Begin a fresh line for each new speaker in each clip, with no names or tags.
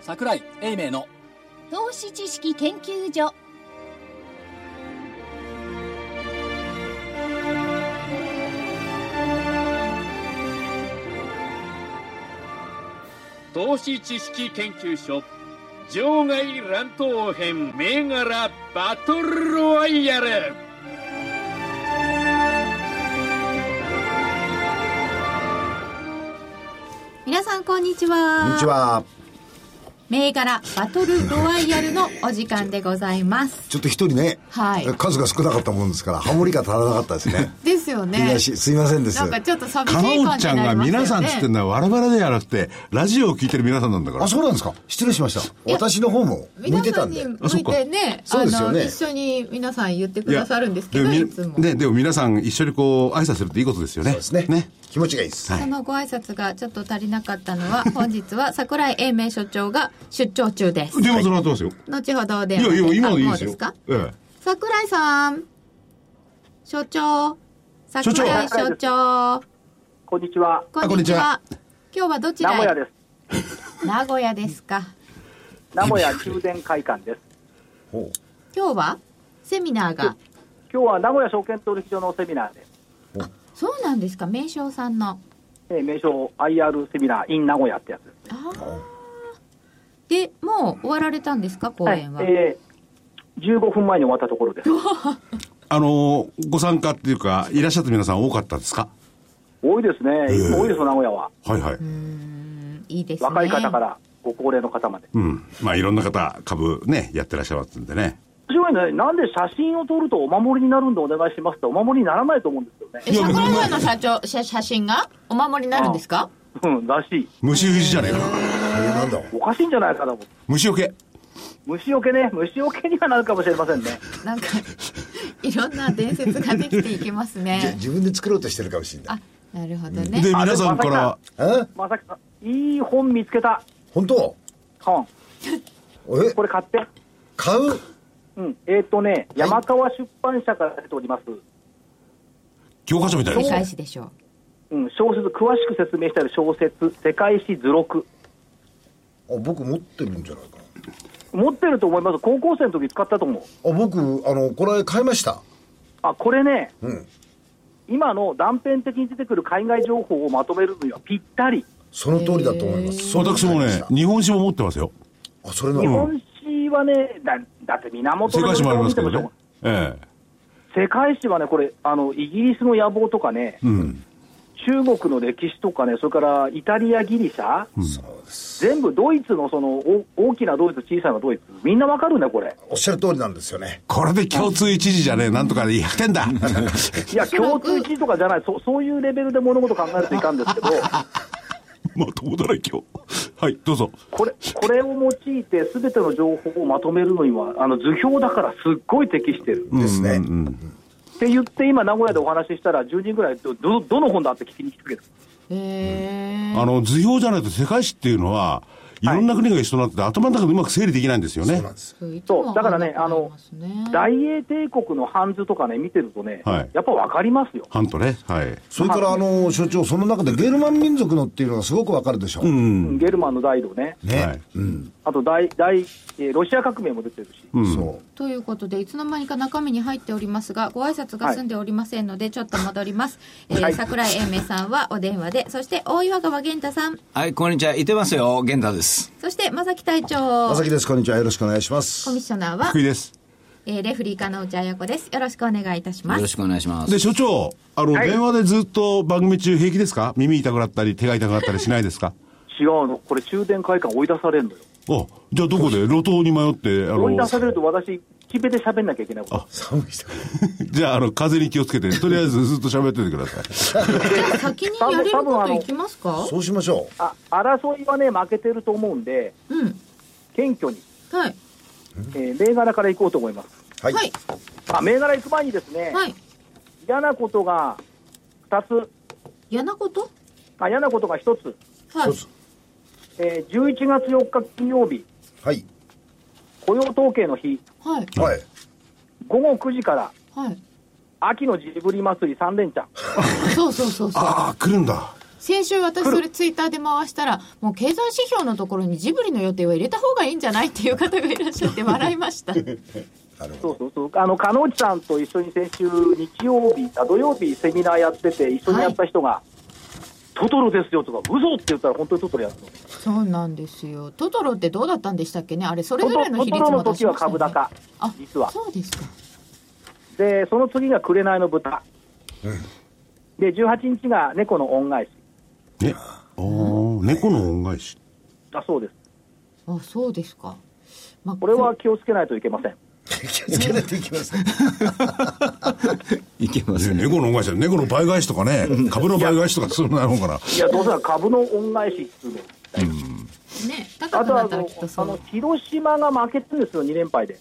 桜井英明の
投資知識研究所
投資知識研究所場外乱闘編銘柄バトルロワイヤル
皆さんこんにちは
こんにちは。
銘柄バトルロワイヤルのお時間でございます
ちょっと一人ね、
はい
数が少なかったもんですから、ハモリが足らなかったですね。
ですよ
い
ね
やしすいませんです。
なんかちょっと寂し
カ
い
オ
感
ち
じ
ゃ
に
ん
な
が
りますよね
皆さんっつってんのは我々ではなくて、ラジオを聞いてる皆さんなんだから。
あ、そうなんですか失礼しました。私の方も向いて
皆
た
さん
ん
に
で。
向いてね、
あそっかそうですよね
の、一緒に皆さん言ってく
いや
ださるんですけど、
もみ
いつも。
ね、でも皆さん一緒にこう、挨拶するっていいことですよね。そう
ですね。気持ちがいいです。
そのご挨拶がちょっと足りなかったのは、本日は桜井英明所長が出張中です。
電話つながってますよ。
後ほどお
い
電
や
話で。
いや、今のいい
あも
で
う
すよ。
か
え
桜井さん。所長。
長
桜井所長。
こんにちは。
こん
こん
に
に
ち
ち
は
は。
今日はどち
名
らへ
古屋です。
名古屋ですか。
名古屋中電会館です。
今日はセミナーが。
今日は名古屋証券取引所のセミナーで、
そうなんですか、名称さんの。
えー名称 IR セミナー in 名古屋ってやつです
あーで、もう終わられたんですか、講演は。
えー15分前に終わったところです。
えあのー、ご参加っていうか、いらっしゃった皆さん多かったですか
多いですね。いつも多いですよ、名古屋は。
はいはい。
いいですね。
若い方からご高齢の方まで。
うん。まあ、いろんな方、株ね、やってらっしゃますんでね。
面白いね。なんで写真を撮るとお守りになるんでお願いしますってお守りにならないと思うんですよね。
え桜井さんの社長写写真がお守りになるんですか
うん、らしい。
虫富士じゃねえかな。
えーなんだ
おかしいんじゃないかなと。
虫よけ。
虫よけね。虫よけにはなるかもしれませんね。
なんかいろんな伝説ができていきます
じゃ
ね
自分で作ろうとしてるかもしれない。
あなるほど
で、
ね
皆さんから、
え
まさきさん、いい本見つけた。
本当
本。
え
これ買って。
買う
うん、えっ、とね、山川出版社から出ております、
教科書みたい
世
です
界
ね。
史でしょう
うん、小説、詳しく説明してある小説、世界史図録。
あ僕持ってるんじゃないか
持ってると思います。高校生の時使ったと思う。
な。あ僕、あの、この間買いました。
あ、これね、
うん。
今の断片的に出てくる海外情報をまとめるのにはぴったり。
その通りだと思います。そう
私も
買い
ね
ま、し
日本史も持ってますよ。
たあ、それな
日
の。
本史はね、だだって源
世界史もありますけど
しょう
ね。え
世界史はね、これあの、イギリスの野望とかね、
え。うん。
中国の歴史とかね、それからイタリア、ギリシャ、全部ドイツのそのお大きなドイツ、小さなドイツ、みんなわかるんだよ、これ。
おっしゃる通りなんですよね。
これで共通一時じゃねえ、なんとかで100点だ。
いや、共通一致とかじゃない、そそういうレベルで物事考えるといかんですけど、
まともだら今日。はい、どうぞ。
これこれを用いて、すべての情報をまとめるのには、あの図表だからすっごい適してる。
ですね。
って言って、今、名古屋でお話ししたら、10人ぐらいど、どどの本だって聞きに来てくれる。
へえ
あの、図表じゃないと世界史っていうのは、いろんな国が一緒になってて、頭の中でうまく整理できないんですよね。
そうだからねあの大英帝国の版図とかね、見てるとね、
はい
やっぱ分かりますよ。
ハントね。はい。
それから、あの、所長、その中でゲルマン民族のっていうのがすごくわかるでしょ。う
うんゲルマンの大道ね、
ね、
はい
うん、
あと大大、えーロシア革命も出てるし、
そ
ということでいつの間にか中身に入っておりますがご挨拶が済んでおりませんので、ちょっと戻ります、えー桜井英明さんはお電話でそして大岩川源太さん
はい、こんにちは。いてますよ。源太です。
そして正木隊長
う。まさ
コ
きです。こんにちは。よろしくお願いします。
ミッショナーは
福、井です。
えーレフリー金内彩子ですよろしくお願いいたしま
よ
す
ろしくお願いします。
で、所長、あの、
はい
電話でずっと番組中平気ですか耳痛くなったり、手が痛くなったりしないですか
違うの、これ、中電会館追い出されるのよ。
お、じゃあどこで路頭に迷って、あ
追い出
の、
されると、私、木べで喋んなきゃいけないこと。
寒い人が
じゃあ、あの、風に気をつけて、とりあえずずっと喋っててください。
先にやれることいきますか
そうしましょう。
あ争いはね、負けてると思うんで、
うん。
謙虚に、
はい。
えー銘柄からいこうと思います。
はい。
はい。
あ銘柄行く前にですね、
はい。
嫌なことが2つ、
嫌なこと
あ嫌なことが1つ、
はい
一。つ
えー11月4日金曜日、
はい。
雇用統計の日、
はい。
はい。
午後9時から
はい。
秋のジブリ祭り3連チャン、
そうそうそうそう。
ああ、来るんだ。
先週私それツイッターで回したら、もう経済指標のところにジブリの予定は入れた方がいいんじゃないっていう方がいらっしゃって笑いま した。
なるほ
そうそうそう、あの、鹿野内さんと一緒に先週、日曜日、あ土曜日、セミナーやってて、一緒にやった人が、トトロですよとか、嘘って言ったら、本当にトトロやってる
そうなんですよ。トトロってどうだったんでしたっけねあれ、それ
ト
ぞ
ト
れの
ト
比
ト
率
ロの
も出し
時は
ました
株
よね
高、
あ、
実は。
そうですか。
で、その次が紅の豚、で、18日が猫の恩返し
ね。おー猫の恩返し。
だそうです。
あ、そうですか。まあ、
これは気をつけないといけません。
ど。気をつけないといけません。
いけま
ね
すね。
猫の恩返しだ猫の倍返しとかね、株の倍返しとか、そんなのから。
いや、どうせなら株の恩返しっていうの。
ね、
あ
高く
とは
な
あ
ったら
の
きっとそ
あ
う。
の
は
広島が負けてるんですよ、2連敗で。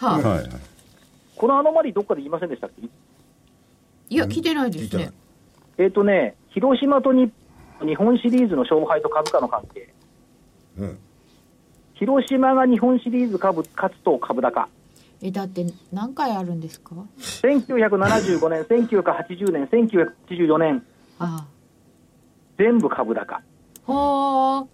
あ、
はいはい。
このアノマリーどっかで言いませんでしたっけ
い、や、聞いてないです
聞い
ね
て。
えっ、とね、広島と日日本シリーズの勝敗と株価の関係。
うん。
広島が日本シリーズ株勝つと株高。
え、だって何回あるんですか
1975年、1980年、1984年、
あ
全部株高。
あ。ほー。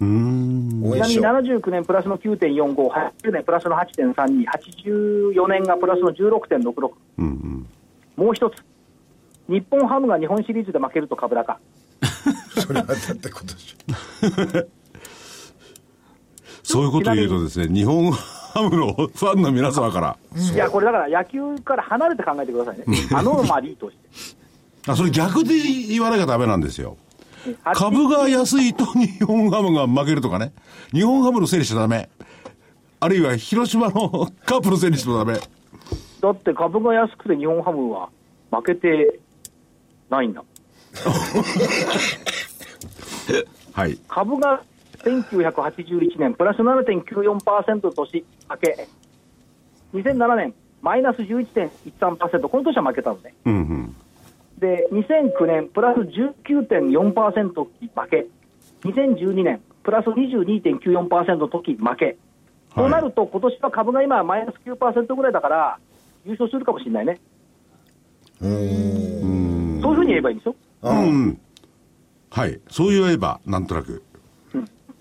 うーん。
応
ち
援
なみ
し
に
よ
79年プラスの9.45、80年プラスの8.32、84年がプラスの16.66。
うんうん。
もう一つ。日本ハムが日本シリーズで負けると株高。
う。それはだって今年。
そういうことを言うとですね、日本ハムのファンの皆様から、
いや、これだから野球から離れて考えてくださいね。アノマリーとして。
あ、それ逆で言わなきゃダメなんですよ。
80
株が安いと日本ハムが負けるとかね。日本ハムのせいにしちゃダメ。あるいは広島のカープのせいにしてもダメ。
だって株が安くて日本ハムは負けてないんだ。
はい。
株が1981年プラス7.94%の年明け、2007年マイナス11.13%、この年は負けたのね。
うんうん。
で、2009年プラス19.4%の時負け、2012年プラス22.94%の時負け。となると、今年は株が今マイナス9%ぐらいだから、優勝するかもしれないね。そういうふうに言えばいいんでしょ
うん。はい。そう言えば、なんとなく。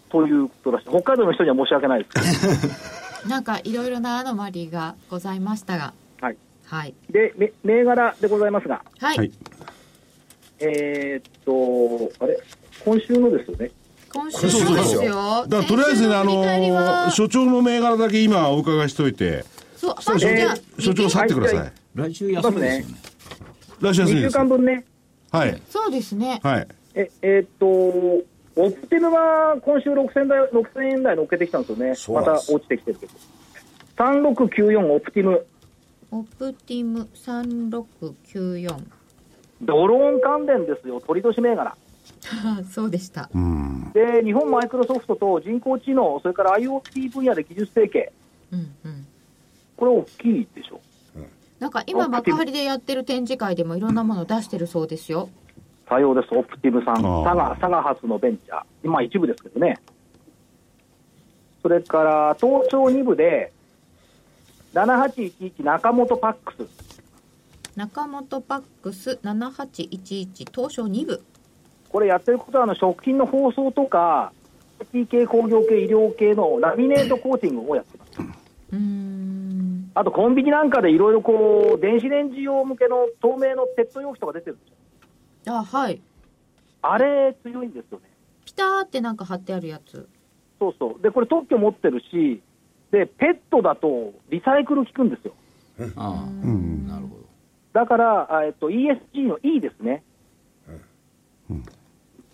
ということらしい。北海道の人には申し訳ないですけ ど。
なんかいろいろなアノマリーがございましたが。
はい。
はい。
で、め銘柄でございますが、
はい。
はい。
えーっと、あれ、今週のですよね。
今
そ
週
うそう
そうで
そ
す
う。
よ。
だからとりあえずね、あ
先週の振り返りは
の、所長の銘柄だけ今お伺いしといて、
そう、
そ
パン
う
ち
所
ゃん、
長、所長去ってくださ
はいい。
来週休みですよね。
来週休み
2
で
週
す。
間分ね。
はい。
そうですね。
はい。
え、えーっと、オプティムは今週6000台、6000円台乗っけてきたんですよね。
そう
ま
なん
た
です
落ちてきてるけど。3694オプティム。
オプティム3694。
ドローン関連ですよ。取り年銘柄。
あ そうでした。
うん。
で、日本マイクロソフトと人工知能、それから IoT 分野で技術提携。
うんうん。
これ大きいでしょ。
なんか今幕張でやってる展示会でもいろんなものを出してるそうですよ。
さようです、オプティブさ
あ
ん、佐
ー
賀、佐賀発のベンチャー、今一部ですけどね。それから、東証2部で、7811中本パックス。
中本パックス7811東証2部。
これやってることは、あの、食品の包装とか、IT 系、工業系、医療系のラミネートコーティングをやってます。
うーん。
あと、コンビニなんかでいろいろこう、電子レンジ用向けの透明のペット容器とか出てるでしょ。
あ、はい。
あれ、強いんですよね。
ピターってなんか貼ってあるやつ。
そうそう。で、これ特許持ってるし、で、ペットだとリサイクル効くんですよ。
ああ、
うん。
なるほど。
だから、あえっと、ESG の E ですね。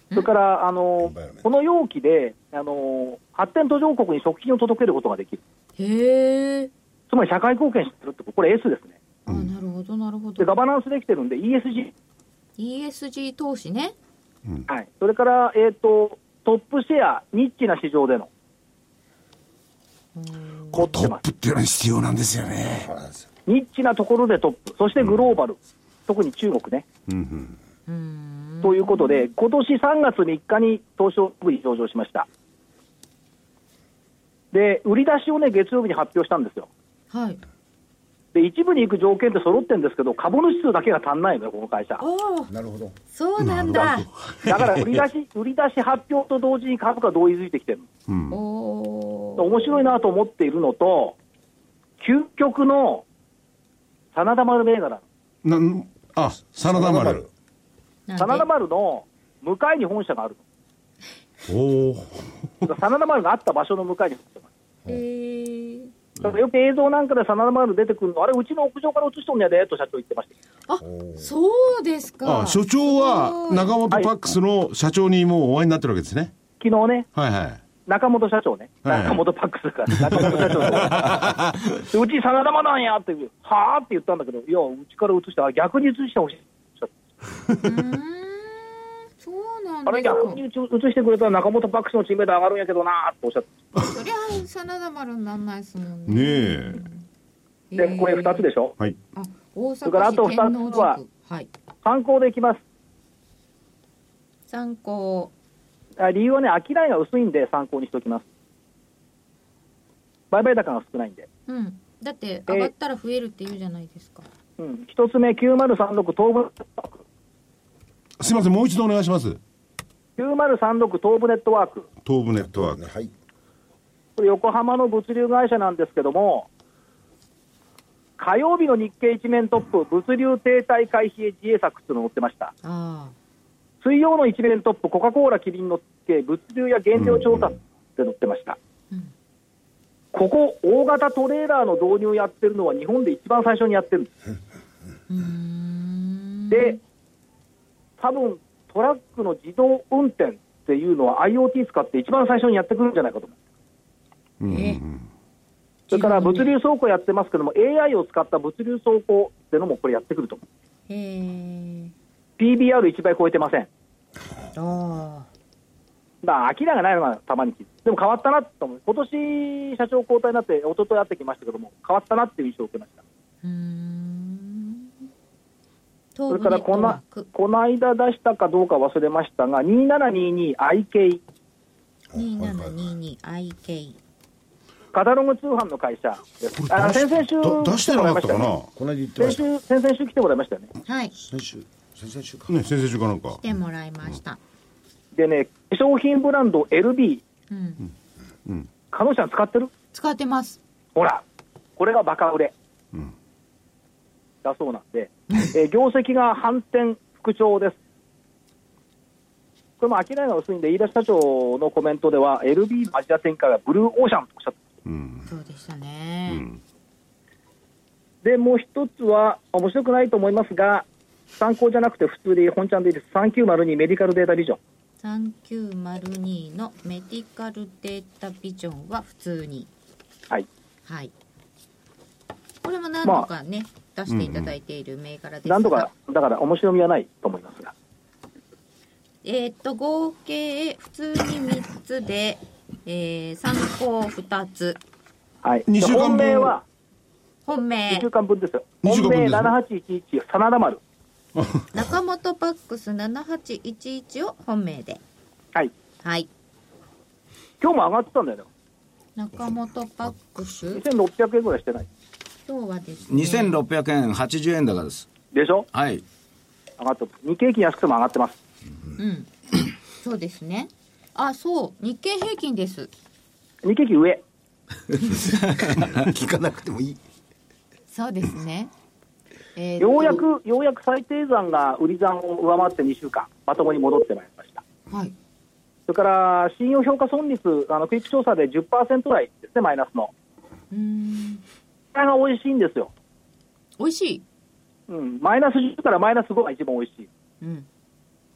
それから、あの
バイオメント
この容器であの発展途上国に食品を届けることができる、
へえ。
つまり社会貢献してるってこと、これ S ですね。
あ、なるほど、なるほ
で、ガ
ど。
バナンスできてるんで、ESG、
ESG 投資ね。
はい、それから、えっとトップシェア、ニッチな市場での、
こうトップっていうのは必要なんですよね。
そうなんですよ
ニッチなところでトップ、そしてグローバル、特に中国ね。
うん
うーん。
ということで、今年3月3日に東証部に上場しました。で、売り出しをね、月曜日に発表したんですよ。
はい。
で一部に行く条件って揃ってるんですけど、株主数だけが足んないのよ、この会社。
おお
なるほど。
そうなんだ
だから売り 出し売り出し発表と同時に株価同意づいてきてる、
うん。
おお
面白いなと思っているのと、究極の真田丸銘柄、
なん、あ、真田丸。
なんで
真田丸の向かいに本社がある
おお。
の、 真田丸があった場所の向かいに本社がある。
えー
だからよく映像なんかで真田丸出てくるの、あれ、うちの屋上から映しとんやでと社長言ってました
あそうですか
あ、所長は中本パックスの社長にもうお会いになってるわけですね。
昨日ね、
はいはい。
中本社長ね、
はい
中本パックスから、中本社長がでうち真田丸なんやっていう、はあって言ったんだけど、いや、うちから映して、あ逆に映してほしい。
うーんそうなん
あれ
です
逆に映してくれたら中本パックスの知名度上がるんやけどなーっておっしゃって、
かそりゃ真田丸になんないですもんね
ねえ。
え
で
ー
これ2つでしょ、
はい。
あ大
それから
阪
あと
市
二つは
天王寺区はい
参考でいきます、
参考
あ理由はね、商いが薄いんで参考にしておきます、売買高が少ないんで、
うんだって上がったら増えるって言うじゃないですか
うん、1つ目、9036東部、
すいません、もう一度お願いします。
9036東部ネットワーク、
東部ネットワーク。
はい。
これ、横浜の物流会社なんですけども、火曜日の日経一面トップ、物流停滞回避へ自衛策っていうのを載ってました。
あ
水曜の一面トップ、コカ・コーラ、キリンの系、物流や原料調達って載ってました。
うん
ここ、大型トレーラーの導入をやってるのは、日本で一番最初にやってるんです。
あうーん
で、多分トラックの自動運転っていうのは、IoT 使って一番最初にやってくるんじゃないかと思う。
うんうんう
え
ん。
それから物流走行やってますけども、AI を使った物流走行ってのもこれやってくると思う。
へえ
PBR1 倍超えてません。
あ
まあ、明らかないのがたまに聞いてでも変わったなと思う。今年、社長交代になって、一昨日会ってきましたけども、変わったなっていう印象を受けました。
ーうーん
そ
東部ネ
れから
ット
こ
ワ
な
ーク
この間出したかどうか忘れましたが、2722IK、
2722IK
カタログ通販の会社です。あ先々週
だ出してなかったかな
この間言ってま
先
した。
週、先々週来てもらいましたよね。
はい
先週、先々週か。
ね、先々週かなんか
来。てもらいました
でね、化粧品ブランド LB、
うん
カノちゃん使ってる
使ってます
ほら、これがバカ売れ
うん。
だそうなんで、えー業績が反転復調です。これも商いが薄いんで、飯田社長のコメントでは、LB のアジア展開はブルーオーシャンとおっしゃって
うん。
そうでした
う
ね
ん。
で、もう一つは、面白くないと思いますが、参考じゃなくて普通でいい、本ちゃんでいいです。3902メディカルデータビジョン。
3902のメディカルデータビジョンは普通に
はい。
はいこれも何度かね、出していただいている銘柄ですが
何度か、だから面白みはないと思いますが。
えーっと合計普通に3つで、えー、参考2つ
はい。
二週間分
本命は、
本
2
命
週間分ですよ。
二
本
週間分
命
ですね
7811、真田丸。
中本パックス7811を本命で
はい。
はい
今日も上がってたんだよね。
中本パックス
2600円ぐらいしてない。
今日はですね
2600円80円高です
でしょ
はい
上がってます日経平均安くても上がってます。
うんそうですねあそう日経平均です
日経平均上。
聞かなくてもいい。
そうですね、えーっと
ようやく、ようやく最低算が売り算を上回って2週間、まともに戻ってまいりました。
はい
それから、信用評価損率、あの、クイック調査で10%台ですね、マイナスの。
うーん
これが美味しいんですよ。
美味しい
うん。マイナス10からマイナス5が一番美味しい。
うん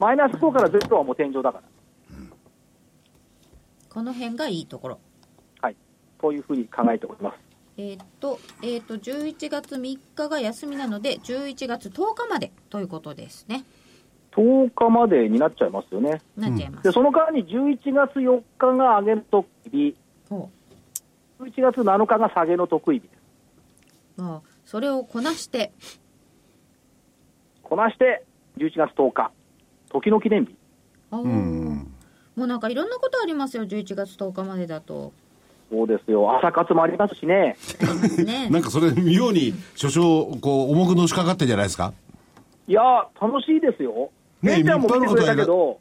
マイナス5から0はもう天井だから。
この辺がいいところ
はい。というふうに考えております。
えーっと、えーっと、11月3日が休みなので、11月10日までということですね。
10日までになっちゃいますよね。
なっちゃいます。
で、その間に11月4日が上げの得意日、
ほ
11月7日が下げの得意日です。
うまあそれをこなして、
こなして、11月10日、時の記念日。
あー
うん。
もうなんかいろんなことありますよ、11月10日までだと。
そうですよ、朝活もありますしね、
ね
なんかそれ、妙に、所長、こう、重くのしかかってんじゃないですか
いやー、楽しいですよ、
ねえ
玄ちゃんも来てくれたけど、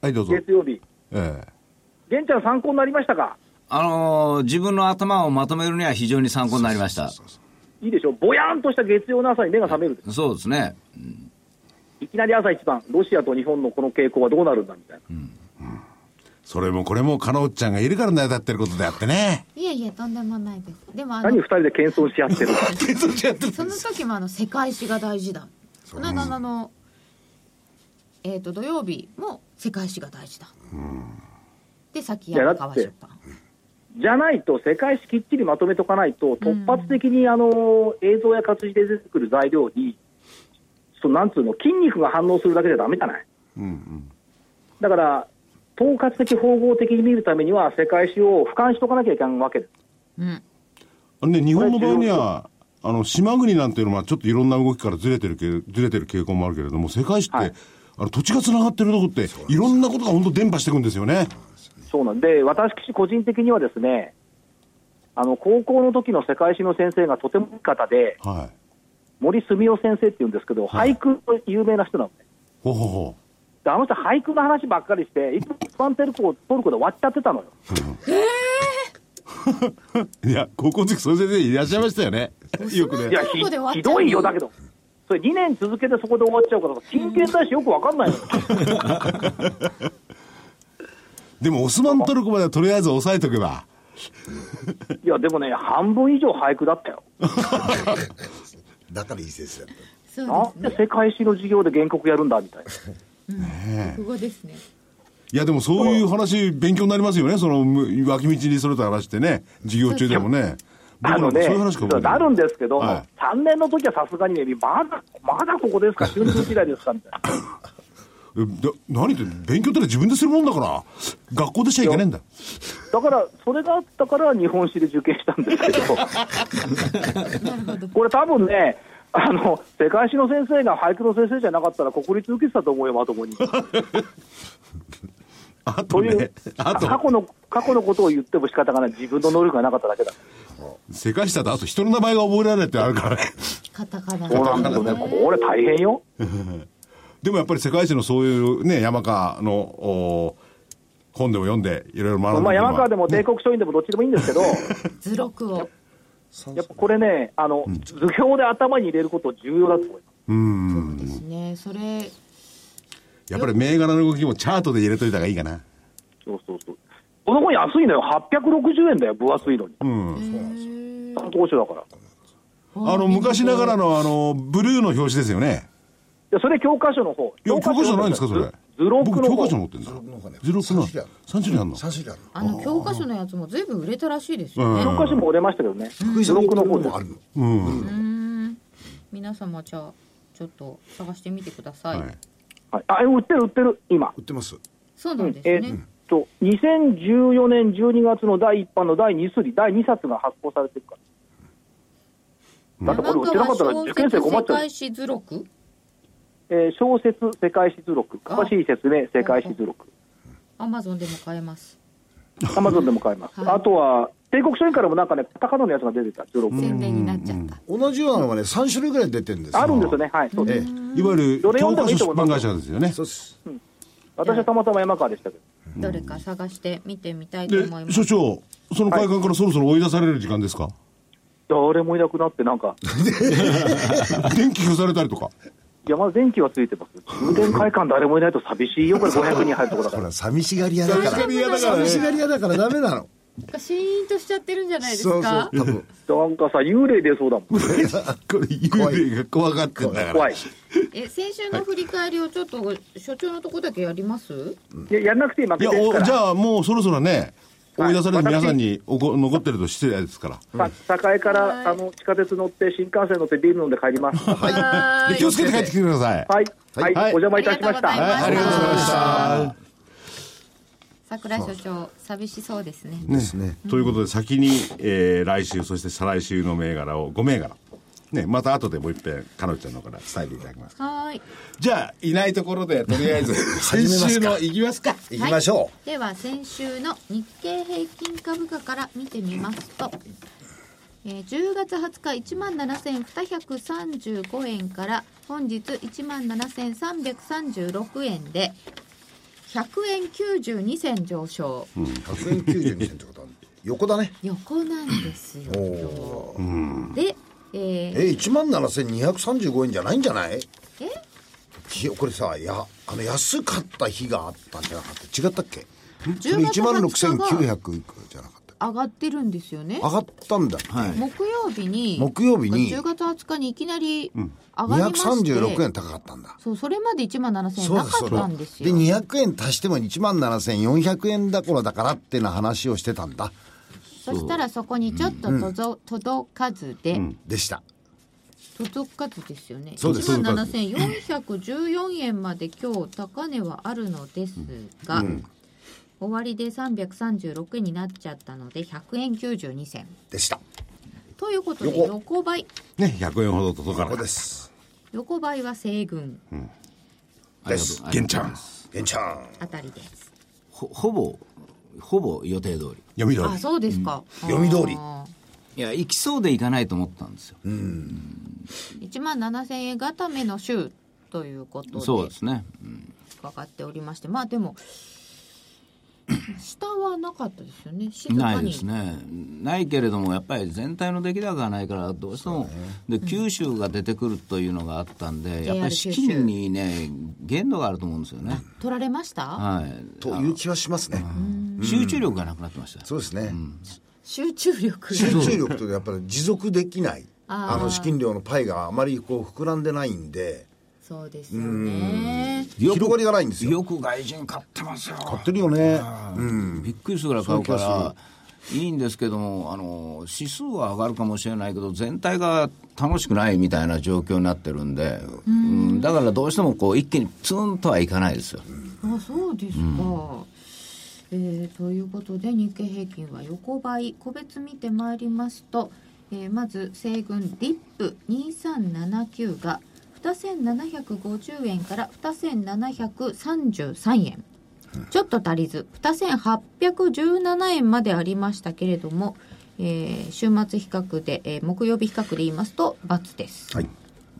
はい、どうぞ。
月曜日、
え
玄ちゃん、参考になりましたか、
あのー自分の頭をまとめるには非常に参考になりました。
いいでしょ、ぼやんとした月曜の朝に目が覚めるんです、
そうですね。
いきなり朝一番、ロシアと日本のこの傾向はどうなるんだみたいな、
えそれもこれも、かのおっちゃんがいるから成り立ってることであってね。
いえいえとんでもないですでもあ
何、
の
2人で謙遜し合ってる、
その時もあの世界史が大事だこの間のあの、えー、と土曜日も世界史が大事だ、でさっきや
いや
る
だ
川
って
出版
じゃないと、世界史きっちりまとめとかないと、突発的にあの映像や活字で出てくる材料に、そのなんつうの、筋肉が反応するだけじゃだめじゃない。だから統括的、総合的に見るためには、世界史を俯瞰しとかなきゃいけないわけです。
うん
あのね、日本の場合には、あの、島国なんていうのは、ちょっといろんな動きからずれてるけ、ずれてる傾向もあるけれども、世界史って、
はい
あの、土地が繋がってるとこって、いろんなことが本当伝播していくんですよね。
そうなんで、私個人的にはですね、あの高校の時の世界史の先生がとてもいい方で、
はい。
森澄夫先生っていうんですけど、
はい
俳句の有名な人なのね。
ほうほうほ
であの人、俳句の話ばっかりして、いつも一番テルコをトルコで終わっちゃってたのよ。
う。いや、高校の時、そういう先生いらっしゃいましたよね。よく
い
ね。
や、ひ
トルコで終わっちゃう
ひどいよ、だけど。それ2年続けてそこで終わっちゃうから、真剣だしよくわかんないのよ。
でも、オスマントルコまではとりあえず押さえとけば。
いや、でもね、半分以上俳句だったよ。
だからいい先生だっ
そ
な
うん
で世界史の授業で原告やるんだ、みたいな。
です国語ですね
いや、でもそういう話、勉強になりますよね。その、む脇道にそれた話ってね。授業中でもね。
あ
僕な
の
んか
ね、
そういう話しか覚えて
なるんですけど、
は
3年の時はさすがにね、まだ、まだここですか、春秋時代ですか、みたいな。
い。えだ何って、勉強ってのは自分でするもんだから、学校でしちゃいけないんだ。
だから、それがあったから日本史で受験したんですけど、 これ多分ね、あの、世界史の先生が俳句の先生じゃなかったら国立受けてたと思うよ、まともに。
あと
とい
ね
う、、
あと、
過去の、過去のことを言っても仕方がない。自分の能力がなかっただけだ。
世界史だとあと人の名前が覚えられないってあるからね。
カタカナ
そうなんですよね。これ大変よ。
でもやっぱり世界史のそういうね、山川の、お本でも読んで、いろいろ学んで
まあ、山川で
も。
も帝国書院でもどっちでもいいんですけど、
図録を
やっぱこれね、あの、図表で頭に入れること重要だと思います。
そうですねそれ
やっぱり銘柄の動きもチャートで入れといた方がいいかな。
そうそうそう。この本安いのよ。860円だよ。分厚いのに。参考書だから。
あの、昔ながらの、あの、ブルーの表紙ですよね。
でそれ教科書の方。
いや、教科書じゃないんですか、それ
図。図録
僕、教
の
科
方
書持ってんだ
た。の方がね。
ゼロ
三
の
種類ある。
三種類あんの
三種類ある
あの教科書のやつも随分売れたらしいですよね、
教科書も売れましたけどね。
の。
図録の方で
もあ。るの。
皆様じゃあちょっと探してみてください、
はい
はい、あ、売ってる売ってる。今
売。ってます。
そうなんです
え
ね、
ーっと、2014年12月の第1版の第2刷第2冊が発行されてるから。だってこれ売ってなかったら受験生困っちゃう
世界。史図録
えー小説、世界史図録。
あ
詳しい説明、世界史図録。
アマゾンでも買えます
アマゾンでも買えます。
はい
あとは、帝国書院からもなんかね、カタカナのやつが出てた、図録。
宣伝になっちゃった、
同じようなのがね、3種類ぐらい出てるんですよ
あるんですよね。はい、そうです
え。
いわゆる、
どれ読
教
ん
科
でも
書
いいと
出
思い
版
ま
会
す
社ですよね
え。そうです。
私はたまたま山川でしたけど。
どれか探して見てみたいと思いま
で、
す
所長、その会館からそろそろ追い出される時間ですか
誰もいなくなって、なんか、
電気消されたりとか。
山電気はついてます。充電会館誰もいないと寂しいよ、これ500人入るとこだか
ほ
ら。
ら、寂しがり屋だから。寂
り屋だからね
しがり屋だからダメなの。
なんかシーンとしちゃってるんじゃ ないですか
そう そう、多分。
なんかさ、幽霊出そうだもん。
これ、幽霊が怖がってんだから。
怖い。
え先週の振り返りをちょっと所長のとこだけやります
いややんなくていい負
い
け
や、
てるか
お
ら。
じゃあもうそろそろね、追い出される
はい
皆さんにおこ残ってると失礼ですから。
さ栄から、
はい
あの地下鉄乗って、新幹線乗って、ビール飲んで帰ります。は
は
で気をつけて帰ってきてください。
い、はい、
はい
お邪魔いたしました。
ありがとうございました
は
桜井所長寂しそうですね
ですね。
いということで、先に、えー来週、そして再来週の銘柄を5銘柄。ね、また後でもう一遍、彼女ちゃんの方から伝えていただきます。
はーい。
じゃあ、いないところで、とりあえず、 先週のいきますか。
行きましょう、
では先週の日経平均株価から見てみますと、えー10月20日1万7235円から本日1万7336円で100円92銭上昇、
192銭ってことは横だね
横なんですよ
おおー
で、えー
え1万7235円じゃないんじゃない
え
いやこれさやあの安かった日があったんじゃなかった違ったっけ
10月
1万
20日が
6900いくらじゃなかった
上がってるんですよね
上がったんだ
はい。
木曜日に
木曜日に
10月20日にいきなり上がりまして、
236円高かったんだ
そうそれまで1万7000円
そう
な
だ
か
そ
っ
うだ
たんですよ
200円足しても1万7400円だからだからってな話をしてたんだ
そしたらそこにちょっととぞ、届かずで、
でした
届かずですよね
そうです
1万7414円まで今日高値はあるのですが、終わりで336円になっちゃったので100円92銭
でした
ということで
横
横ばい
ね、100円ほど届か
こ
な
こ
い
で。す
横ばいは西軍
ありがとう。
玄ちゃん。
げんちゃん
あたりです、
ほほぼ、ほぼ予定通り。
読み通
あ
り。
そうですか、
読み通り
いや、行きそうで行かないと思ったんですよ。
1万7000円固めの週ということで
そうですね。うん
かかっておりましてまあでも下はなかったですよね静かに
ないですね。ないけれども、やっぱり全体の出来高がないから、どうしても、で、九州が出てくるというのがあったんで、やっぱり資金にね、限度があると思うんですよね。
取られました、
はい。
という気はしますね
集中力がなくなってました。
そうですね
集中力
集中力というかやっぱり持続できない
あー
あの資金量のパイがあまりこう膨らんでないんで
そうですよね
よく
広がりがないんですよ
よく外人買ってますよ。
買ってるよね
びっくりするぐらい買うから、いいんですけども、あの指数は上がるかもしれないけど、全体が楽しくないみたいな状況になってるんで、うんだからどうしてもこう一気にツンとはいかないですよ。
あそうですか、えーということで日経平均は横ばい個別見てまいりますと、えーまず西軍リップ2379が2750円から2733円ちょっと足りず2817円までありましたけれども、えー週末比較で、えー木曜日比較で言いますと×です、
はい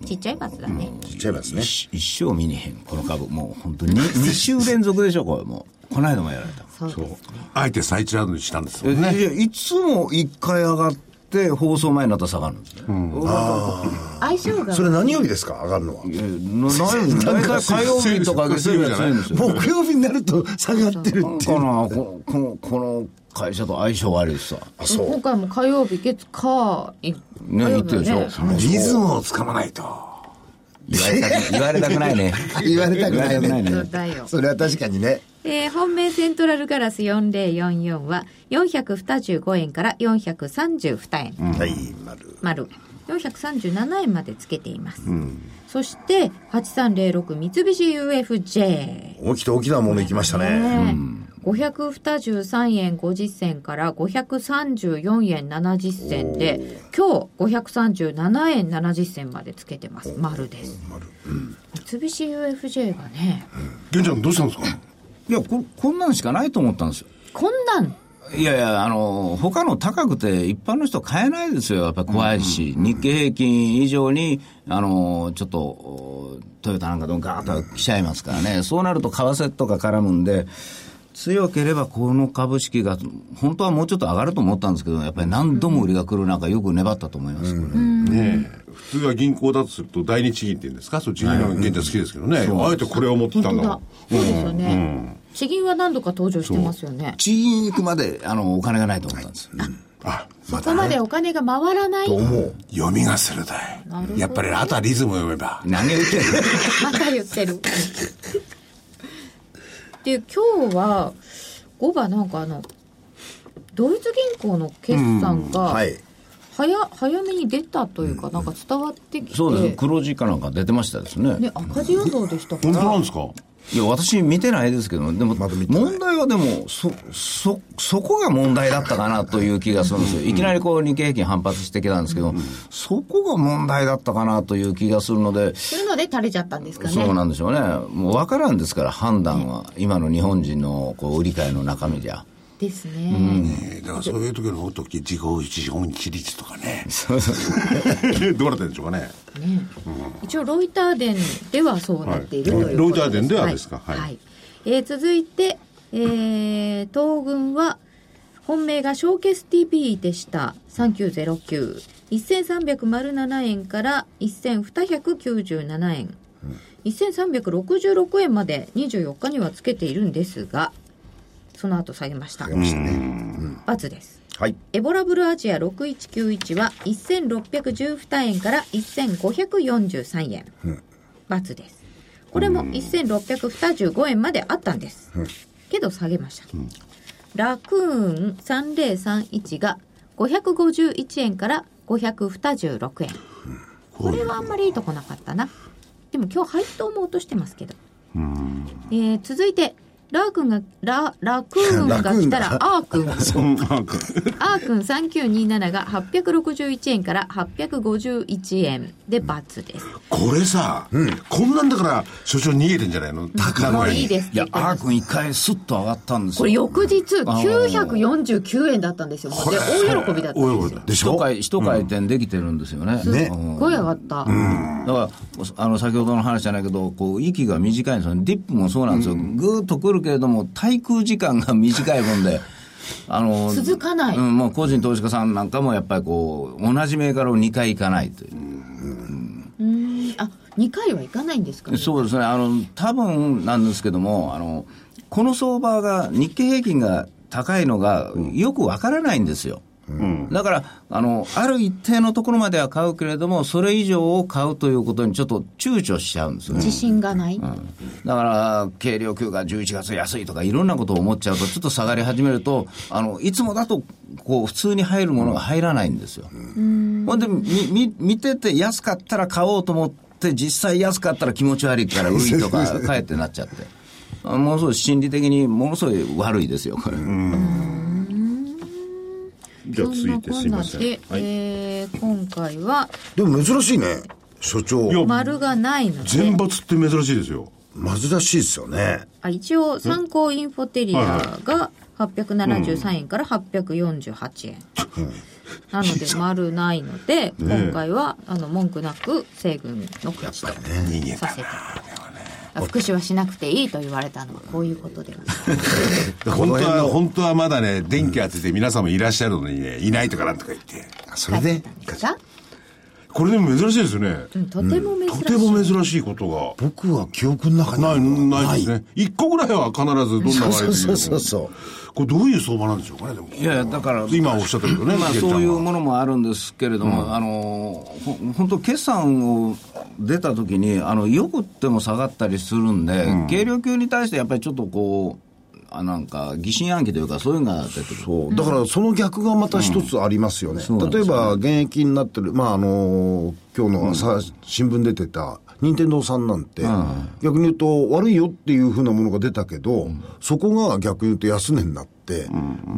ちっちゃい×だね、
ちっちゃいですね
一一生見にへん、この 株、もう本当に2週連続でしょ、これ、もう、この間もやられた。
そうです
あえて最長にしたんですよ。
いやいつも1回上がって、放送前になったら下がるんですね。
相性が
それ何曜日ですか上がるのは
えなない大体火曜日とか月曜日じゃないん ですよ。
木曜日になると下がってる
なん
って
かなここのこの会社と相性悪いしさ、
あそう
今回も火曜日月火い
ね、言ってるでしょ、
リズムをつかまないと
言われた く言われたくないね、
言われたくないよ
言われたくな
そ
ね
いね
うだよ
それは確かにね
えー本命セントラルガラス4044は425円から432円、
はい丸
丸437円までつけています、そして8306三菱 UFJ
大きと大きなものいきましたね
ね523円50銭から534円70銭で今日537円70銭までつけてます丸です三菱 UFJ がね
玄ちゃん、どうしたんですか
いやこ、こんなんしかないと思ったんですよ、
こんなん
いやいや、あの他の高くて、一般の人、買えないですよ、やっぱり怖いし、日経平均以上に、あのちょっとおトヨタなんかどんガーッと来ちゃいますからね、そうなると為替とか絡むんで。強ければこの株式が、本当はもうちょっと上がると思ったんですけど、やっぱり何度も売りが来る中、よく粘ったと思います、これ
ねえ普通は銀行だとすると大日銀って言うんですかそっち銀の現状好きですけどね、あえてこれを持って
本
たん
当
だも
だそ
ん
うですよね地銀は何度か登場してますよね
地銀行くまであのお金がないと思ったんですよ、
あ
そこまでお金が回らない
読みが鋭いやっぱりあとはリズムを読めば
何を言ってる
また言ってる。で今日は5番なんかあのドイツ銀行の決算が
はい
早,、早めに出たというか、なんか伝わってきて、
そうです黒字かなんか出てましたですね
ね、赤字予想でしたか
本当
ら
なんですか
いや、私見てないですけど、でも、
まだ見てない
問題はでも、そ、そ、そこが問題だったかなという気がするんですよ。いきなりこう、日経平均反発してきたんですけど、そこが問題だったかなという気がするので、
そういうので垂れちゃったんですかね。
そうなんでしょうね。もう分からんですから、判断は。今の日本人の、こう、理解の中身 じゃ。
ですね。
えーだからそういう時の時自己資本比率とかね
どうなってるんでしょうかね。
一応ロイター電ではそうなっている、
はい
ということ
ロイター電ではですか
はい
はい
えー続いて、えー東軍は本命がショーケース TV でした3909 1307円から1297円、1366円まで24日にはつけているんですがその後下げましたバツです
はい。
エボラブルアジア6191は1612円から1543円。×です。これも1625円まであったんです。けど下げました。ラクーン3031が551円から526円。これはあんまりいいとこなかったな。でも今日配当も落としてますけど。えー続いて、ラークンが、ラ、ラクーンが来たら、アークン。アーくん3927が861円から851円で×です。
これさ、こんなんだから所長逃げてんじゃないの高
もう
野
いい
に
ですって
い
言っ、
や
て
ア
ま
ー
す。
君一回スッと上がったんですよ。
これ翌日949円だったんですよ。で、大喜びだったんですよ。
でし
一
ょ
回、一回転できてるんですよね。
すっごい上がった。
だから、あの、先ほどの話じゃないけど、こう、息が短いんですよね。ディップもそうなんですよ。ぐーっと来るけれども、滞空時間が短い分で、あの、
続かない
うん、もう個人投資家さんなんかもやっぱりこう、同じ銘柄を2回行かないという。
うんあ、2回はいかないんですかね。
そうですね、あの多分なんですけどもあの、この相場が、日経平均が高いのが、よくわからないんですよ。だからあの、ある一定のところまでは買うけれども、それ以上を買うということにちょっと躊躇しちゃうんですよね
自信がない。
だから、軽量級が11月安いとか、いろんなことを思っちゃうと、ちょっと下がり始めると、あのいつもだとこう普通に入るものが入らないんですよ。ほんでみみ、見てて安かったら買おうと思って、実際安かったら気持ち悪いから、売りとか、かえってなっちゃって。あものすごい心理的にものすごい悪いですよ、これ。
じゃあ
そん
続
ない
て
こ
す
ん
い
な
ません。
で、えー今回は
でも珍しいね。所長。
丸がないので
全、罰って珍しいですよ。
珍しいですよね。
あ一応参考インフォテリアが873円から848円、なので丸ないので、今回はあの文句なく西軍の勝ちとさせて、復習はしなくていいと言われたのはこういうことでございます
本当は本当はまだね電気当てて皆さんもいらっしゃるのにねいないとかなんとか言って
それで、
が、
これでも珍しいですよね。
うん、とても珍しい、
とても珍しいことが。
僕は記憶の中に
な
あ
い、
るのは
ないですね。一個ぐらいは必ずどんな
ない
割合
そう
で
そうそうそう。
これどういう相場なんでしょうかね、でも。
いやいやだから
今おっしゃったけどね、
まあ、
しげちゃん
そ
は
ういうものもあるんですけれども、あのほ本当、決算を出たときにあの、よくっても下がったりするんで、軽量級に対してやっぱりちょっとこう、あなんか疑心暗鬼というか、そういうのが出てくる。
そうだからその逆がまた一つありますよね、例えば現役になってる、まああの今日の朝、新聞出てた、任天堂さんなんて、逆に言うと、悪いよっていうふうなものが出たけど、そこが逆に言うと安値になって、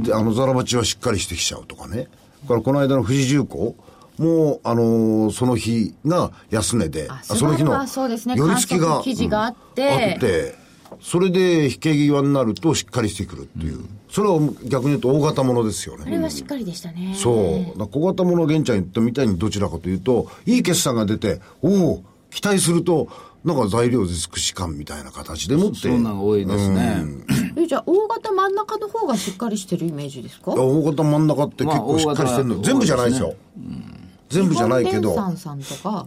であのザラバチはしっかりしてきちゃうとかね、だからこの間の富士重工もう、あのその日が安値で、
あ
あその日の
そうですね
寄り付き
観
が
測記事があって
あってそれで引け際になるとしっかりしてくるっていう、それは逆に言うと大型ものですよ
あれ
ね、
はしっかりでしたね
そうだから小型もの玄ちゃん言ったみたいにどちらかというといい決算が出ておお期待するとなんか材料尽くし感みたいな形でもって
そんなのが多いですね。
えじゃあ大型真ん中の方がしっかりしてるイメージですか
大型真ん中って結構しっかりしてるの、
まあ大型
全部じゃないですよ、全部じゃないけど
日本電産さんとか
あ